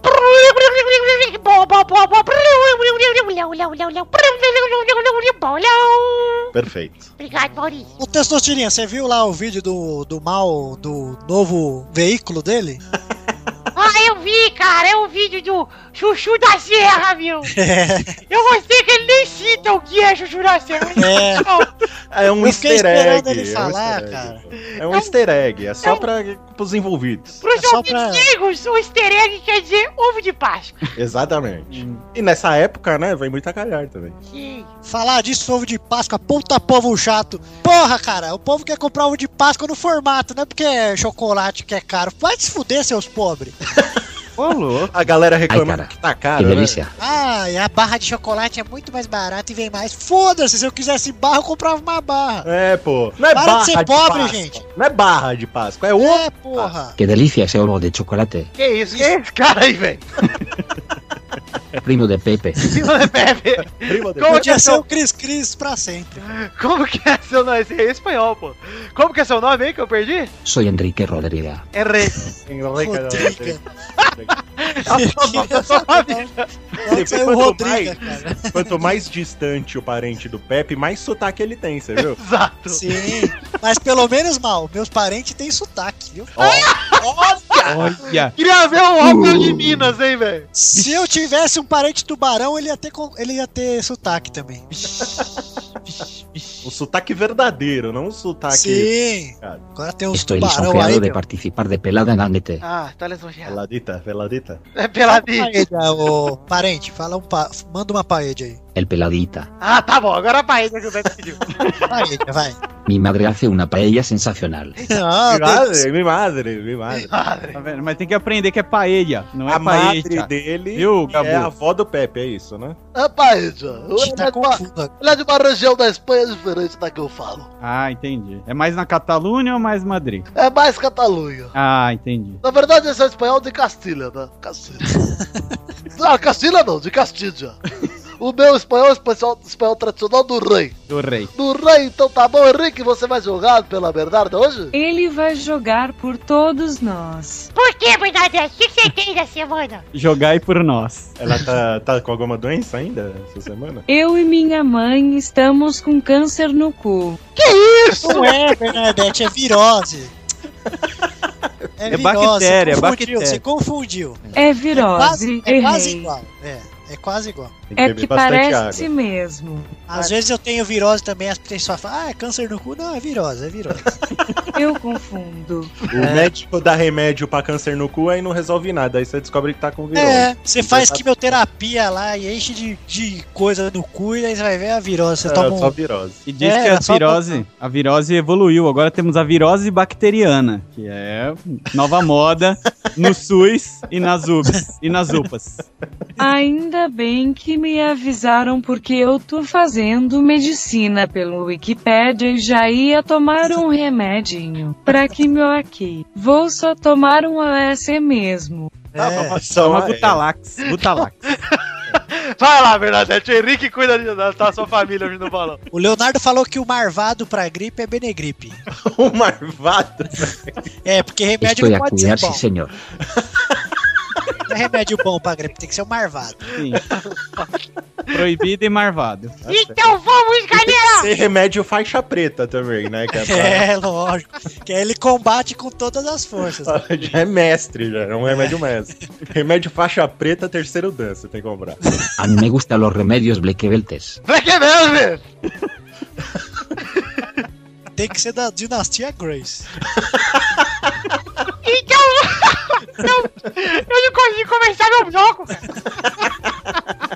Perfeito.
Obrigado, Maurício.
Ô, Testostirinha, você viu lá o vídeo do, do mal, do novo veículo dele?
Ah, eu vi, cara. É um vídeo do Chuchu da Serra, meu. Eu gostei que ele nem cita o que é Chuchu da Serra.
É.
É um
Eu fiquei
easter
esperando
egg.
ele falar,
é um easter egg.
cara.
É um easter egg. É só pra, pros envolvidos.
Para
É
os
só
amigos, o easter egg quer dizer ovo de Páscoa.
Exatamente. E nessa época, né, vem muito a calhar também.
Sim.
Falar disso, ovo de Páscoa, puta povo chato. Porra, cara, o povo quer comprar ovo de Páscoa no formato, não é porque é chocolate que é caro. Vai se fuder, seus pobres.
Ô, louco.
A galera
Ai,
reclama
cara.
que tá
Que
caro, né?
delícia.
Ah, e a barra de chocolate é muito mais barata e vem mais. Foda-se, se eu quisesse barra, eu comprava uma barra.
É, pô. Não é
Para de
barra
ser pobre,
Páscoa.
gente.
Não é barra de Páscoa, é ovo.
É, porra.
Que delicia ese olmo de chocolate.
Que isso? Quem é esse cara aí, velho?
É Primo de Pepe.
Pepe,
Prima de-
Como que é
Podia ser
seu,
o Cris Cris pra sempre.
como que é seu nome? Esse é espanhol, pô. Como que é seu nome aí que eu perdi? É,
Soy Enrique Rodríguez.
R.
Rodriga.
Depois
Saiu o
quanto
Rodriga,
mais-
cara.
Quanto mais distante o parente do Pepe, mais sotaque ele tem, você viu?
Exato.
Sim, mas pelo menos mal. Meus parentes têm sotaque, viu?
Olha.
Queria ver o Robson
Uh.
de Minas, hein, velho?
Se eu tivesse um parente tubarão, ele ia ter, con- ele ia ter sotaque também.
O um sotaque verdadeiro, não o sotaque.
Sim.
cara.
Agora tem uns
Estoy
tubarão aí.
lisonjeado de
meu.
participar de Pelada en Andete.
Ah, tá lisonjeado.
Peladita, peladita.
É peladinho.
Parede, ô, parente, fala um pa- manda uma parede aí.
El Peladita.
Ah, tá bom. Agora a paella que o Pepe pediu.
Parede, vai.
Mi madre hace una paella sensacional.
Ah,
mi
Deus.
madre, mi madre, mi madre.
Padre.
Tá vendo? Mas tem que aprender que é paella, não é
A madre
paella.
dele
Viu, Gabu?
é a avó do Pepe, é isso, né?
É paella. Ele
Gente,
é
tá
de uma-
confuso.
ele é de uma região da Espanha diferente da que eu falo.
Ah, entendi. É mais na Catalunha ou mais Madrid?
É mais Catalunha.
Ah, entendi.
Na verdade, esse é o espanhol de Castilha, né? Castilha. ah, Castilha não, de Castilha. O meu espanhol é o espanhol, espanhol tradicional do rei.
Do rei.
Do rei, então tá bom, Henrique, você vai jogar pela Bernarda hoje?
Ele vai jogar por todos nós.
Por que, Bernadette? O que que você tem da semana?
Jogai por nós.
Ela tá, tá com alguma doença ainda essa semana?
Eu e minha mãe estamos com câncer no cu.
Não é, Bernadette, é virose.
É bactéria, é
você confundiu,
bactéria.
Você confundiu.
É
É
virose.
quase, é quase
Errei.
igual. É, é quase igual.
Tem
É que parece mesmo.
Às vezes eu tenho virose também, as pessoas falam, ah, é câncer no cu. Não, é virose, é virose.
Eu confundo.
O médico dá remédio pra câncer no cu aí não resolve nada. Aí você descobre que tá com virose.
É, você faz
Exato.
quimioterapia lá e enche de, de coisa no cu e aí você vai ver a virose. Você
É,
toma um...
só virose.
E diz
É,
que a
era só
virose, a virose evoluiu. Agora temos a virose bacteriana, que é nova moda no SUS e nas UBS e nas UPAs.
Ainda bem que me avisaram porque eu tô fazendo medicina pelo Wikipedia e já ia tomar um remedinho pra quimio aqui. Vou só tomar um AS mesmo.
É,
Chama
Só-
Butalax. Butalax.
Vai lá, Bernadette. Henrique cuida de- da, da sua família hoje no balão.
o Leonardo falou que o marvado pra gripe é benegripe.
o marvado.
É, porque remédio
Estoy
não
a
pode ser
cuidarse,
bom.
señor.
Não é remédio bom pra gripe, tem que ser o marvado.
Sim. Proibido e marvado.
Então vamos, galera.
Tem remédio faixa preta também, né? Que é pra-
É, lógico. Que aí ele combate com todas as forças.
Já é mestre, já. É um remédio mestre. Remédio faixa preta, terceiro dan, você tem que comprar.
A mí me gustan los remedios blequebeltes.
Black Velvet.
Tem que ser da dinastia Grace.
Então. não, eu não consegui começar meu bloco, cara.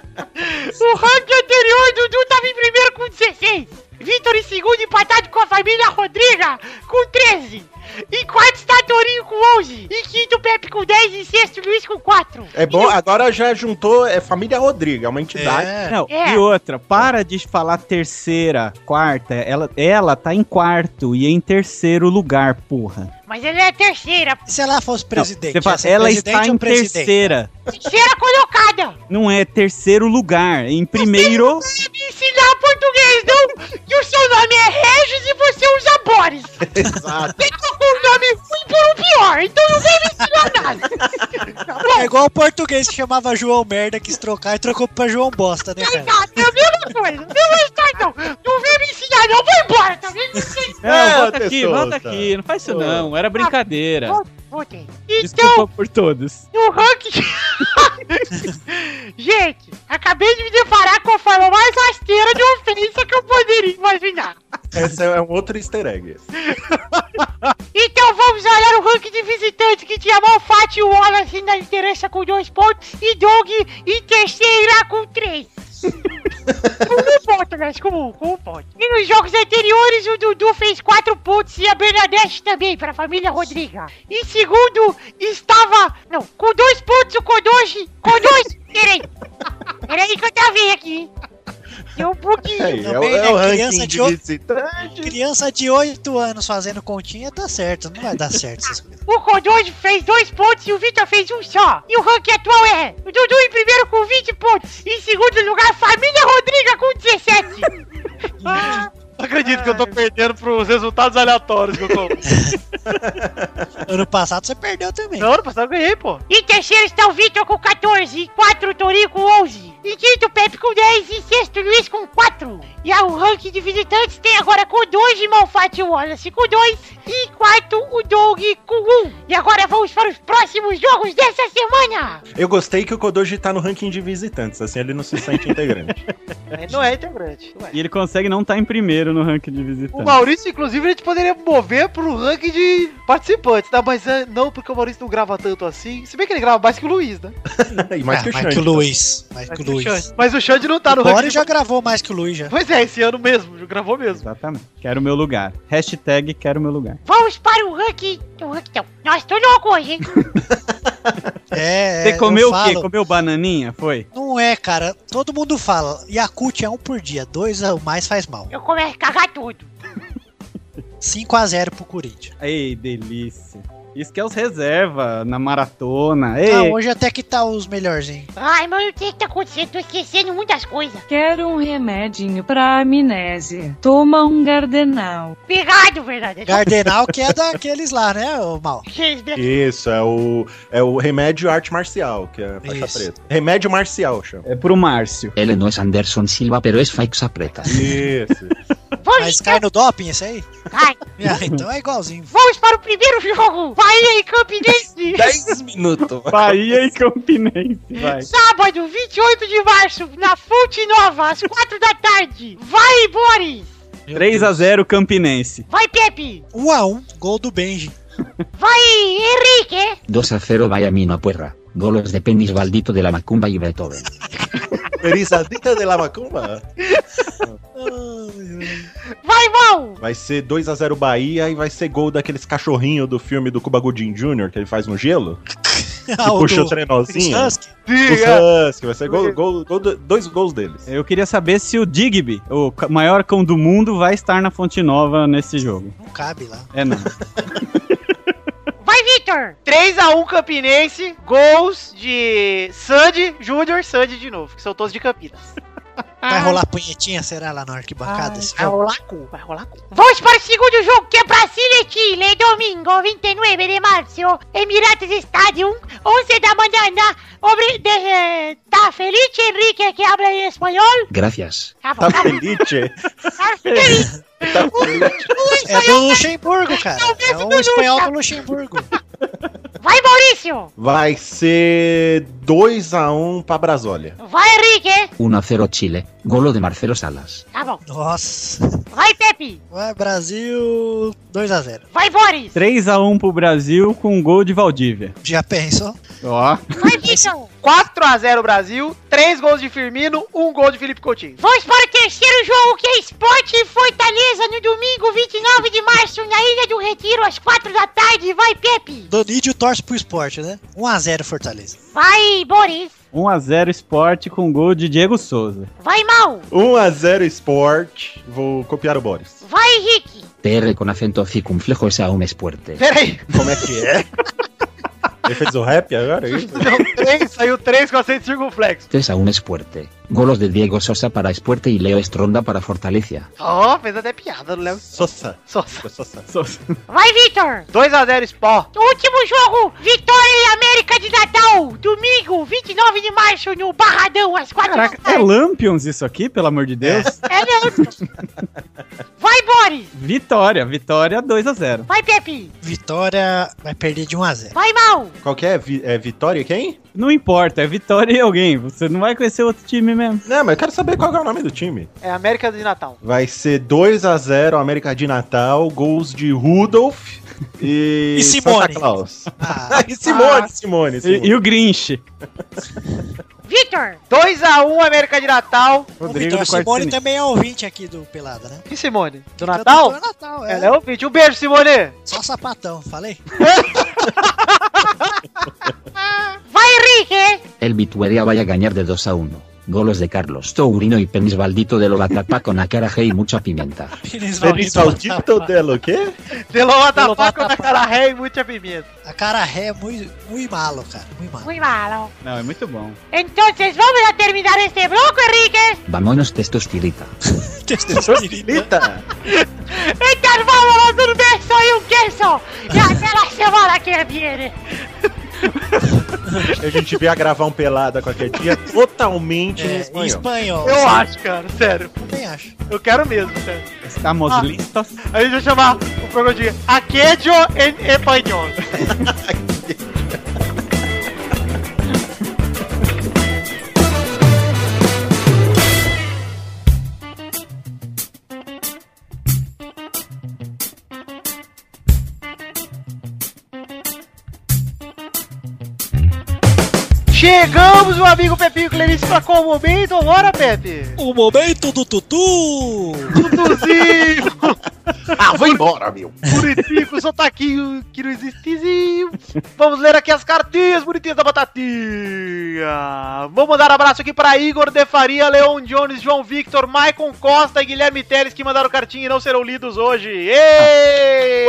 O ranking anterior, Dudu tava em primeiro com 16. Vitor em segundo, empatado com a família Rodriga, com 13. Em quarto está Torinho com 11. Em quinto, Pepe com 10. Em sexto, Luiz com 4.
É bom, agora já juntou. É família Rodrigo, é uma entidade.
Não,
É.
e outra, para de falar terceira, quarta. Ela, ela tá em quarto e em terceiro lugar, porra.
Mas ele é a terceira.
E se ela fosse presidente?
Você fala,
Ia ser
ela
presidente né?
está
ou
em terceira.
Terceira colocada.
Não é terceiro lugar, é em primeiro.
Me ensinar português, não? Que o seu nome é Regis e você usa Boris.
Exato.
Você trocou um nome ruim por um pior. Então não vem me ensinar nada.
É igual o português que chamava João Merda, quis trocar e trocou pra João Bosta, né, cara?
Exato, é a mesma coisa. Mesma história. não! Não vem me ensinar, não! Vai embora, tá vendo?
Não,
É,
volta aqui,
pessoa,
volta
tá.
aqui. Não faz isso
Pô.
não. Era
Tá.
brincadeira.
Voltei.
Desculpa
Ah, Então,
por todos.
no ranking. Gente, acabei de me deparar com a forma mais rasteira de ofensa que eu poderia imaginar.
Esse é um outro easter egg.
Então vamos olhar o ranking de visitantes que tinha Malfatti e Wallace na liderança com dois pontos e Doug em terceira com três. com um ponto, mas com um, com um ponto. E nos jogos anteriores o Dudu fez quatro pontos e a Bernadette também para a família Rodriga. Em segundo estava, não, com dois pontos o Kodoshi, Kodoshi, peraí, peraí que eu travei aqui. hein? Deu um pouquinho.
Aí, é, o-
Também,
é o
né,
ranking
criança
de
de ouro.
visitante.
Criança de 8 anos fazendo continha tá certo, não vai dar certo essas coisas.
O Kodoji fez dois pontos e o Vitor fez um só. E o ranking atual é o Dudu em primeiro com 20 pontos. Em segundo lugar, Família Rodriga com 17.
Não acredito que eu tô perdendo pros resultados aleatórios que eu tô.
Ano passado você perdeu também.
Não, ano passado eu ganhei, pô.
em terceiro está o Vitor com 14. Em quarto, o Torinho com 11. Em quinto, o Pepe com 10. Em sexto, o Luiz com 4. E aí, o ranking de visitantes tem agora com 2 de Malfatti e Wallace com 2. E em quarto, o Doug com 1. Um. E agora vamos para os próximos jogos dessa semana.
Eu gostei que o Kodoji tá no ranking de visitantes, assim ele não se sente integrante.
Ele não é integrante. Ué.
E ele consegue não estar em primeiro no ranking de
O
visitantes.
Maurício, inclusive, a gente poderia mover pro ranking de participantes, tá? Mas ah, não, porque o Maurício não grava tanto assim. Se bem que ele grava mais que o Luiz, né?
e mais
Ah, mais que
que o
o
Xande.
Luiz. Mais que o Luiz.
Xande. Mas o Xande não tá no ranking.
Agora
de-
já gravou mais que o Luiz já.
Pois é, esse ano mesmo, já gravou mesmo.
Exatamente. Quero meu lugar. Hashtag quero meu lugar.
Vamos para o ranking. O ranking não. Nossa, tô louco hoje, hein?
É,
Você
eu
comeu o quê?
falo-
Comeu bananinha? Foi?
Não é, cara. Todo mundo fala, Yakut é um por dia, dois a mais faz mal.
Eu começo a cagar tudo.
5 a 0 pro Corinthians.
Ei, delícia. Isso que é os reserva na maratona. Ei,
Ah, hoje até que tá os melhorzinhos.
Ai, mano, não sei o que tá acontecendo, tô esquecendo muitas coisas.
Quero um remedinho pra amnésia. Toma um gardenal.
Obrigado, verdade.
Gardenal que é daqueles lá, né, ô Mal?
Isso, é o, é o remédio arte marcial, que é a faixa
Isso.
preta. Remédio marcial, chama.
é pro Márcio.
Él no es Anderson Silva, pero es Faixa Preta.
Isso.
Mas
Vamos,
cai no doping esse aí?
Cai.
Ah, então é igualzinho.
vamos para o primeiro jogo. Bahia e Campinense.
10 minutos.
Bahia e Campinense, vai.
Sábado, 28 de março, na Fonte Nova, às 4 da tarde. Vai, Boris.
3x0 Campinense.
Vai, Pepe.
1 a 1 gol do Benji.
Vai, Henrique.
2 a 0 Bayamino Puerra. Goles de Penis Baldito de la Macumba y Beethoven.
Perizadita de Lamacumba.
Vai, Mal.
Vai ser 2x0 Bahia e vai ser gol daqueles cachorrinho do filme do Cuba Gooding Jr., que ele faz no gelo.
Ah,
que puxa o é.
Chris
trenozinho.
Husky.
O Husky. Vai ser gol, gol, gol do- dois gols deles.
Eu queria saber se o Digby, o ca- maior cão do mundo, vai estar na Fonte Nova nesse jogo.
Não cabe lá.
É não.
Vai, Vitor.
3x1 Campinense, gols de Sandy, Júnior, Sandy de novo, que são todos de Campinas.
Vai rolar punhetinha, será, lá na arquibancada? esse jogo?
rolar cu, vai rolar cu.
Vamos para o segundo jogo que é Brasília e Chile, domingo 29 de março, Emirates Stadium, 11 da manhã. Obre... De... eh, Tá feliz, Henrique, que habla em espanhol?
Gracias.
Tá bom,
Tá
tá bom.
feliz?
Tá feliz.
Tá feliz?
É do Luxemburgo, cara.
Talvez
É
do
o
Luxa.
espanhol do Luxemburgo.
Vai, Maurício.
Vai ser 2x1 pra Brasólia.
Vai, Henrique.
1 a 0 Chile. Golo de Marcelo Salas.
Tá bom.
Nossa.
Vai, Pepe.
Vai, Brasil 2 a 0
Vai, Boris.
3x1 pro Brasil com um gol de Valdívia.
Já pensou?
Ó.
Vai, Vitor.
4x0 Brasil, 3 gols de Firmino, 1 gol de Felipe Coutinho.
Vamos para o terceiro jogo que é Esporte e Fortaleza no domingo 29 de março na Ilha do Retiro às 4 da tarde. Vai, Pepe.
Donídio torce pro esporte, né? 1 a 0 Fortaleza.
Vai, Boris.
1x0 Sport com gol de Diego Souza.
Vai, Mal.
1x0 Sport. Vou copiar o Boris.
Vai, Henrique.
TR con acento circunflejo es aún es fuerte.
Pera aí,
Como é que é? Ele fez o rap agora? é isso?
Três, saiu três com acento circunflexo.
3 a 1 Espuerte. Golos de Diego Sosa para Espuerte y Leo Estronda para Fortaleza.
Ó, fez até piada, não lembro.
Sossa.
Sossa.
Sossa.
Vai, Vitor!
2x0 Sport.
Último jogo, Vitória e América de Natal, domingo, 29 de março, no Barradão, às 4 da
Caraca, é
tarde.
Lampions isso aqui, pelo amor de Deus?
É mesmo. Vai, Boris!
Vitória, vitória 2x0.
Vai, Pepe!
Vitória vai perder de 1x0.
Vai, Mal!
Qual que é? Vi- é Vitória quem?
Não importa, é vitória e alguém. Você não vai conhecer outro time mesmo.
Não, mas eu quero saber qual que é o nome do time.
É América de Natal.
Vai ser 2x0 América de Natal, gols de Rudolf e,
E Simone.
Santa Claus.
Ah,
e Simone, Simone, Simone.
E, e o Grinch.
Vitor!
2x1 América de Natal.
o
Rodrigo
Vitor
do quarto
Simone
sinistro.
também é ouvinte aqui do Pelada, né?
E Simone? Do
Canta
Natal?
todo Natal, é.
Ela é ouvinte. Um beijo, Simone.
Só sapatão, falei?
Vai, Henrique!
El Vitueria vaya a ganar de 2 a 1. Golos de Carlos Tourino y Penis Valdito de Lolatapa con acaraje y mucha pimenta.
Feliz
Feliz Maldito dela, o quê?
Delova da faca da cara ré e muita pimenta.
A cara ré é muito, muito malo, cara. Muito malo.
Muy malo.
então-
Não, é muito bom.
Entonces, vamos a terminar este bloco, Enrique.
Vámonos textos tirita.
Eita!
Entonces, vámonos un beso y un queso. Y hasta la semana que viene.
A gente veio a gravar um pelada com a quietinha totalmente em
É, em
espanhol.
espanhol.
Eu acho, cara. Sério.
Também acho.
Eu quero mesmo, sério.
Estamos
Ah.
listos.
A gente vai chamar o programa de Aquedio en Espanhol. Chegamos, meu amigo Pepinho Clarice, pra qual momento? Bora, Pepe!
O momento do Tutu!
Tutuzinho!
Ah, vou embora, meu!
Buritico, sotaquinho, que não existizinho. Vamos ler aqui as cartinhas bonitinhas da batatinha. Vamos mandar abraço aqui pra Igor De Faria, Leon Jones, João Victor, Maicon Costa e Guilherme Teles que mandaram cartinha e não serão lidos hoje. Ei!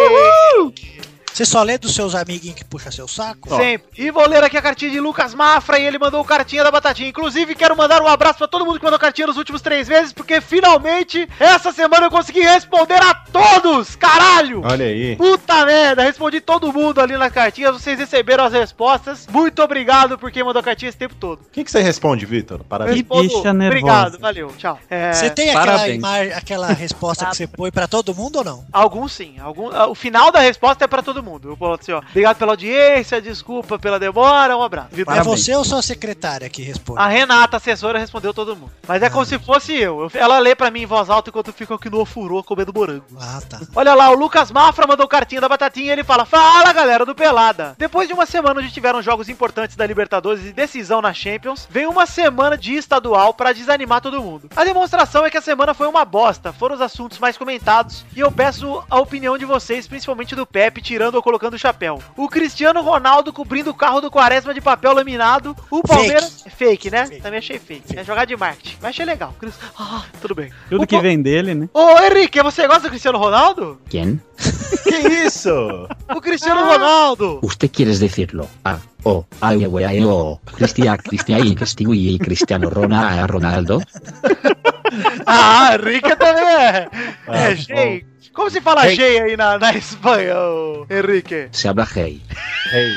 Você só lê dos seus amiguinhos que puxa seu saco?
Sempre. E vou ler aqui a cartinha de Lucas Mafra e ele mandou cartinha da Batatinha. Inclusive, quero mandar um abraço pra todo mundo que mandou cartinha nos últimos três meses, porque finalmente essa semana eu consegui responder a todos! Caralho!
Olha aí.
Puta merda, respondi todo mundo ali nas cartinhas, vocês receberam as respostas. Muito obrigado por quem mandou cartinha esse tempo todo.
O que, que você responde, Vitor? Parabéns.
bicha nervosa.
Obrigado, valeu, tchau. É,
Você tem aquela,
Parabéns.
imagem- aquela resposta que você põe pra todo mundo ou não? É
Alguns sim, algum, ah, o final da resposta é pra todo mundo. Eu falo assim, ó, obrigado pela audiência, desculpa pela demora, um abraço. Vitor.
É
Parabéns.
você ou sua secretária que responde?
A Renata, assessora, respondeu todo mundo. Mas é como se fosse eu. Eu- Ela lê pra mim em voz alta enquanto eu fico aqui no ofurô comendo morango.
Ah, tá.
Olha lá, o Lucas Mafra mandou cartinha da batatinha e ele fala: Fala galera do Pelada! Depois de uma semana onde tiveram jogos importantes da Libertadores e decisão na Champions, vem uma semana de estadual pra desanimar todo mundo. A demonstração é que a semana foi uma bosta, foram os assuntos mais comentados e eu peço a opinião de vocês, principalmente do Pepe, tirando ou colocando o chapéu. O Cristiano Ronaldo cobrindo o carro do Quaresma de papel laminado, o Palmeiras. Fake, né?
Fake.
Também achei fake. É jogar de marketing, mas achei legal. Cris- Ah, tudo bem.
Tudo
O
que
Pa-
vem dele, né?
Ô Henrique, você gosta do Cristiano Ronaldo?
¿Quién?
Que é isso?
O Cristiano Ronaldo!
¿Usted quieres decirlo? A, O, ay, güey, ay, E, o, Cristia, Cristia y Cristiano y Cristiano Ronaldo, Ronaldo.
Ah, Henrique também é!
Ah,
é, Gei. Como se fala
Gei.
Gei aí na, na Espanha, ô, Henrique?
Se habla hey.
Ei,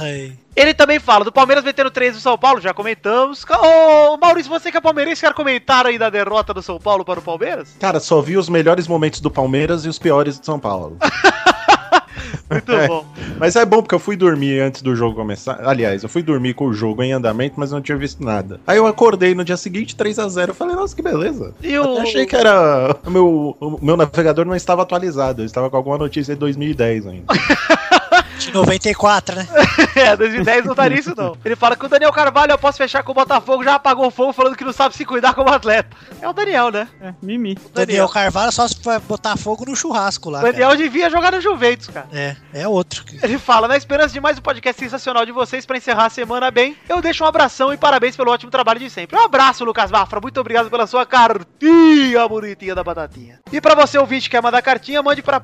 Ai.
Ele também fala do Palmeiras metendo 3 no São Paulo, já comentamos. Ca- Ô, Maurício, você que é palmeirense, quer comentar aí da derrota do São Paulo para o Palmeiras?
Cara, só vi os melhores momentos do Palmeiras e os piores do São Paulo.
Muito
É.
bom.
Mas é bom porque eu fui dormir antes do jogo começar. Aliás, eu fui dormir com o jogo em andamento, mas não tinha visto nada. Aí eu acordei no dia seguinte, 3 a 0 Eu falei, nossa, que beleza.
E
Eu
o...
achei que era. O meu, o meu navegador não estava atualizado, eu estava com alguma notícia de 2010 ainda.
De 94, né?
É, 2010 não daria isso não. Ele fala que o Daniel Carvalho, eu posso fechar com o Botafogo, já apagou o fogo falando que não sabe se cuidar como atleta. É o Daniel, né?
É, mimi.
Daniel Carvalho só se vai botar fogo no churrasco lá.
O
cara.
Tá
Daniel devia jogar no Juventus, cara.
É, é outro. que-
Ele fala, na esperança de mais um podcast sensacional de vocês pra encerrar a semana bem, eu deixo um abração e parabéns pelo ótimo trabalho de sempre. Um abraço, Lucas Bafra. Muito obrigado pela sua cartinha bonitinha da batatinha. E pra você ouvinte que quer mandar cartinha, mande pra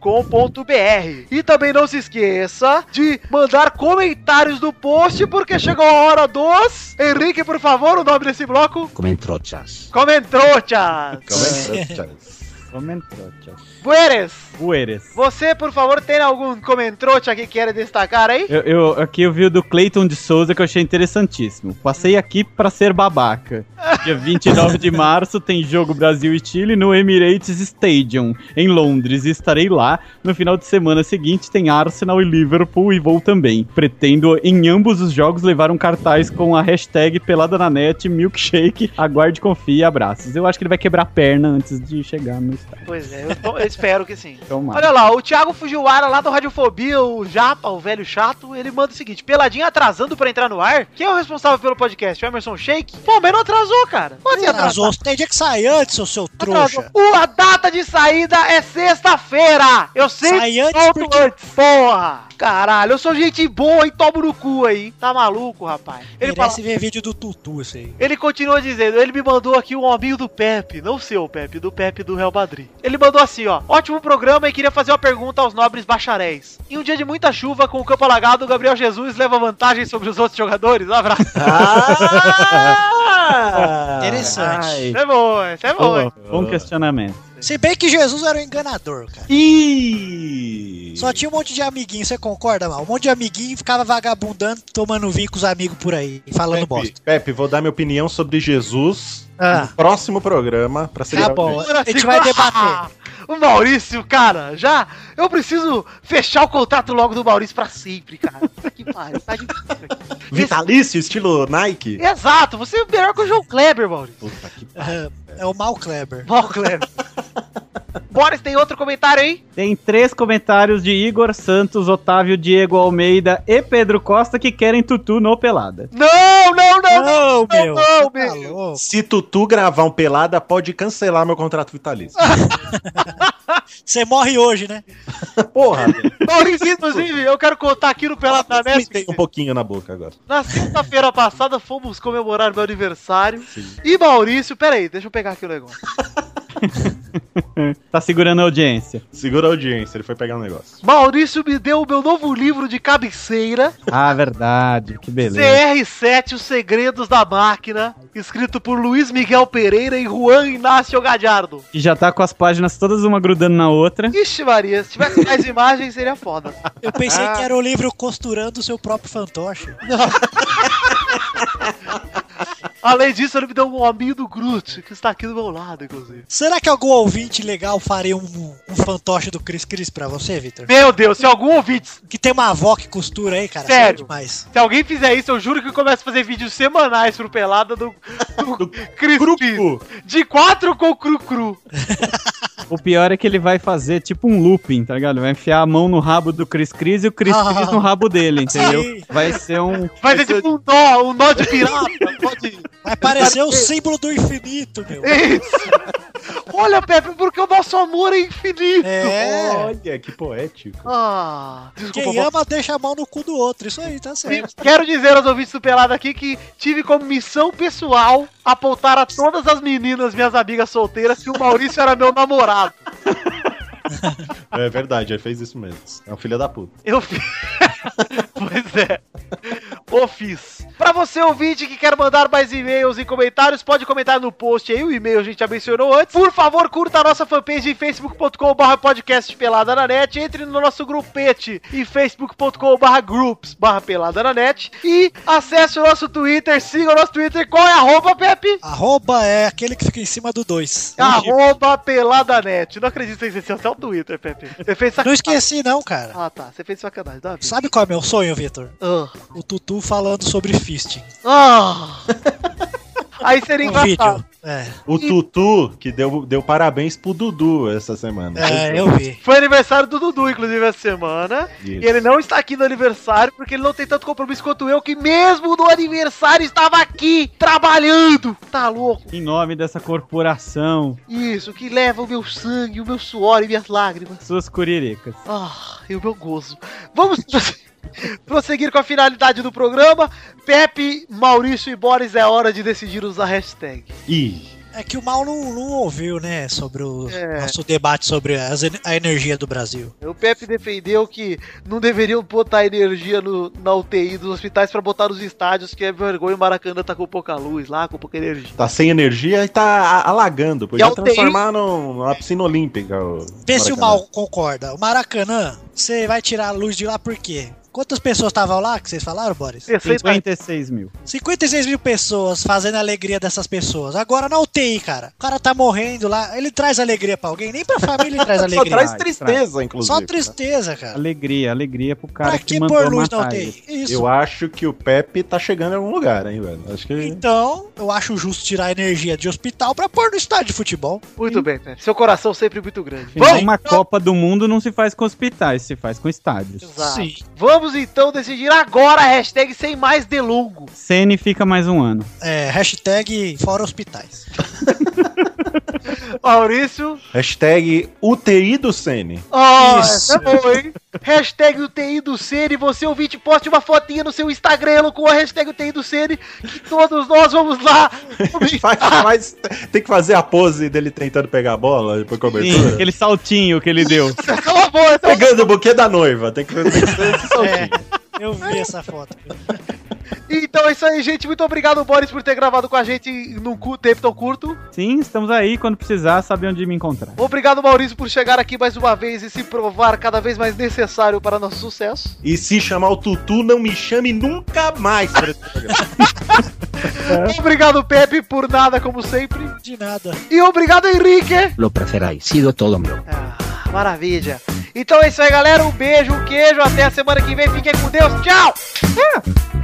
podcast.peladananet.com.br. E também não se esqueça de mandar comentários no post, porque chegou a hora dos... Henrique, por favor, o nome desse bloco.
Comentrochas.
Comentou, tchau.
Então, é,
Comentrochas.
Bueres,
Bueres.
você, por favor, tem algum comentrote aqui que quer destacar aí?
Eu, eu- aqui eu vi o do Clayton de Souza que eu achei interessantíssimo. Passei aqui pra ser babaca. Dia 29 de março tem jogo Brasil e Chile no Emirates Stadium, em Londres, e estarei lá. No final de semana seguinte tem Arsenal e Liverpool e vou também. Pretendo em ambos os jogos levar um cartaz com a hashtag pelada na net, milkshake, aguarde, confie, abraços. Eu acho que ele vai quebrar a perna antes de chegar no estádio.
Pois é, eu, tô- eu espero que sim.
Tomara.
Olha lá, o Thiago Fujiwara lá do Radiofobia, o Japa, o velho chato, ele manda o seguinte: peladinha atrasando pra entrar no ar. Quem é o responsável pelo podcast? O Emerson Shake? Pô, mas não atrasou, cara. Pode atrasou.
Atrasou, tem dia que sair antes, seu, seu
Atrasou.
trouxa.
O- A data de saída é sexta-feira! Eu
Sai
sempre
antes
solto
porque-
antes, porra! Caralho, eu sou gente boa e tomo no cu aí. Tá maluco, rapaz? Ele
Merece
fala,
ver vídeo do Tutu, isso aí.
ele continua dizendo, ele me mandou aqui um amigo do Pepe, não seu Pepe, do Pepe do Real Madrid. Ele mandou assim, ó, ótimo programa e queria fazer uma pergunta aos nobres bacharéis. Em um dia de muita chuva, com o campo alagado, o Gabriel Jesus leva vantagem sobre os outros jogadores? Um abraço. Ah!
Interessante.
Isso é bom, isso é bom.
Boa,
hein?
bom questionamento.
Se bem que Jesus era um enganador, cara.
E...
Só tinha um monte de amiguinho, você concorda, mal? Um monte de amiguinho ficava vagabundando, tomando vinho com os amigos por aí, falando bosta.
Pepe, Pepe, vou dar minha opinião sobre Jesus
Ah.
no próximo programa. Pra ser
Tá
gravado.
bom, a gente
Assim,
vai debater.
O Maurício, cara, já. Eu preciso fechar o contrato logo do Maurício pra sempre, cara. Puta que pariu, tá difícil aqui.
Vitalício, estilo Nike.
Exato, você é melhor que o João Kleber, Maurício.
Puta que pariu.
Ah, É o Mal Kleber.
Mal, Kleber. Boris, tem outro comentário aí?
Tem três comentários de Igor Santos, Otávio Diego Almeida e Pedro Costa que querem tutu no pelada.
Não, não, não, não,
Não,
não,
meu. Tá
não, meu.
louco.
Se Tutu gravar um pelada, pode cancelar meu contrato vitalício.
Você morre hoje, né?
Porra,
Maurício, inclusive, eu quero contar aqui no Pelada
me
Net.
tem um pouquinho na boca agora.
Na sexta-feira passada fomos comemorar meu aniversário. E Maurício, peraí, deixa eu pegar aqui o negócio.
Tá segurando a audiência.
Segura a audiência, ele foi pegar um negócio.
Maurício me deu o meu novo livro de cabeceira,
Ah, verdade, que beleza.
CR7 Os Segredos da Máquina, escrito por Luiz Miguel Pereira e Juan Inácio Gadiardo.
E já tá com as páginas todas uma grudando na outra.
Ixi, Maria, se tivesse mais imagens seria foda.
Eu pensei que era o livro costurando o seu próprio fantoche.
Além disso, ele me deu um amigo do Groot, que está aqui do meu lado, inclusive.
Será que algum ouvinte legal faria um, um fantoche do Cris Cris pra você, Victor?
Meu Deus, se algum ouvinte,
Que tem uma avó que costura aí, cara.
Sério?
Mas
se alguém fizer isso, eu juro que eu começo a fazer vídeos semanais pro Pelada do, do Chris
Grupo!
Cris. De quatro com o Cru Cru.
O pior é que ele vai fazer tipo um looping, tá ligado? Ele Vai enfiar a mão no rabo do Cris Cris e o Cris
Ah.
Cris no rabo dele, entendeu?
Sim.
Vai ser um.
Vai ser tipo um nó, um nó de pirata. Pode...
vai parecer o símbolo do infinito, meu.
Isso. Olha, Pepe, porque o nosso amor é infinito.
É.
Olha, que poético.
Ah, desculpa,
Quem ama deixa a mão no cu do outro. Isso aí, tá certo.
E Quero dizer aos ouvintes do Pelado aqui que tive como missão pessoal apontar a todas as meninas, minhas amigas solteiras, que o Maurício era meu namorado.
É verdade, ele fez isso mesmo. É um filho da puta.
Eu fiz. pois é. O fiz. Pra você ouvinte que quer mandar mais e-mails e comentários, pode comentar no post aí. O e-mail a gente já mencionou antes. Por favor, curta a nossa fanpage em facebook.com.br podcast pelada na net. Entre no nosso grupete em facebook.com.br groups barra pelada na net. E acesse o nosso Twitter, siga o nosso Twitter. Qual é a arroba, Pepe?
Arroba é aquele que fica em cima do dois.
Ah! Arroba peladanet. Não acredito que você esqueceu até o Twitter, Pepe. Você fez
Não
sacanagem.
esqueci, não, cara.
Ah, tá. Você fez sacanagem. Dá uma vida.
Sabe qual é meu sonho, Vitor?
Ah.
O Tutu falando sobre fisting.
Ah! Aí seria
Um
engraçado.
vídeo. É.
O Tutu, que deu, deu parabéns pro Dudu essa semana.
É, eu vi.
Foi aniversário do Dudu, inclusive, essa semana.
Isso.
E ele não está aqui no aniversário porque ele não tem tanto compromisso quanto eu, que mesmo no aniversário estava aqui trabalhando. Tá louco?
Em nome dessa corporação,
Isso, que leva o meu sangue, o meu suor e minhas lágrimas.
suas curiricas.
Ah, e o meu gozo. Vamos prosse- prosseguir com a finalidade do programa. Pepe, Maurício e Boris, é hora de decidir usar a hashtag.
Ih,
É que o mal não, não ouviu, né, sobre o
É.
nosso debate sobre as en- a energia do Brasil.
O Pepe defendeu que não deveriam botar energia no- na UTI dos hospitais pra botar nos estádios, que é vergonha o Maracanã tá com pouca luz lá, com pouca energia.
tá sem energia e tá a- alagando.
E a
Podia
UTI?
transformar num- numa piscina olímpica. o
Vê se o
Maracanã.
mal concorda. O Maracanã, você vai tirar a luz de lá por quê? Quantas pessoas estavam lá que vocês falaram, Boris?
tá
56 mil.
56 mil pessoas fazendo a alegria dessas pessoas. Agora na UTI, cara. O cara tá morrendo lá. Ele traz alegria pra alguém? Nem pra família ele traz né?
Só
alegria.
traz
Ai,
tristeza, inclusive. né?
Só tristeza, cara.
Alegria, alegria pro cara
Pra
que
que
mandou
pôr luz na
matar ele.
UTI? Isso.
Eu acho que o Pepe tá chegando em algum lugar, hein, velho? Acho que.
Então, eu acho justo tirar a energia de hospital pra pôr no estádio de futebol.
Muito bem, Pepe. Seu coração sempre muito grande.
Afinal,
Bom,
uma Copa do Mundo não se faz com hospitais, se faz com estádios.
Exato. vamos então decidir agora a hashtag sem mais delongo.
Sene fica mais um ano.
É, hashtag fora hospitais.
Maurício.
Hashtag UTI do Sene.
Ah,
Ó,
Isso.
essa é boa, hein? hashtag UTI do Sene. Você ouvinte, poste uma fotinha no seu Instagram com a hashtag UTI do Sene. Que todos nós vamos lá.
Faz, faz- tem que fazer a pose dele tentando pegar a bola depois que
Sim,
abertura.
aquele saltinho que ele deu.
Essa é uma boa, essa é uma
Pegando o buquê da noiva. Tem que, tem que ser esse saltinho.
Eu vi essa foto.
Então é isso aí, gente. Muito obrigado, Boris, por ter gravado com a gente num cu- tempo tão curto.
Sim, estamos aí. Quando precisar, sabe onde me encontrar.
Obrigado, Maurício, por chegar aqui mais uma vez e se provar cada vez mais necessário para nosso sucesso.
E se chamar o Tutu, não me chame nunca mais pra esse programa.
Obrigado, Pepe, por nada, como sempre.
De nada.
E obrigado, Henrique.
Lo placerá y sido todo mío.
Ah, maravilha. Então é isso aí, galera. Um beijo, um queijo. Até a semana que vem. Fiquem com Deus. Tchau!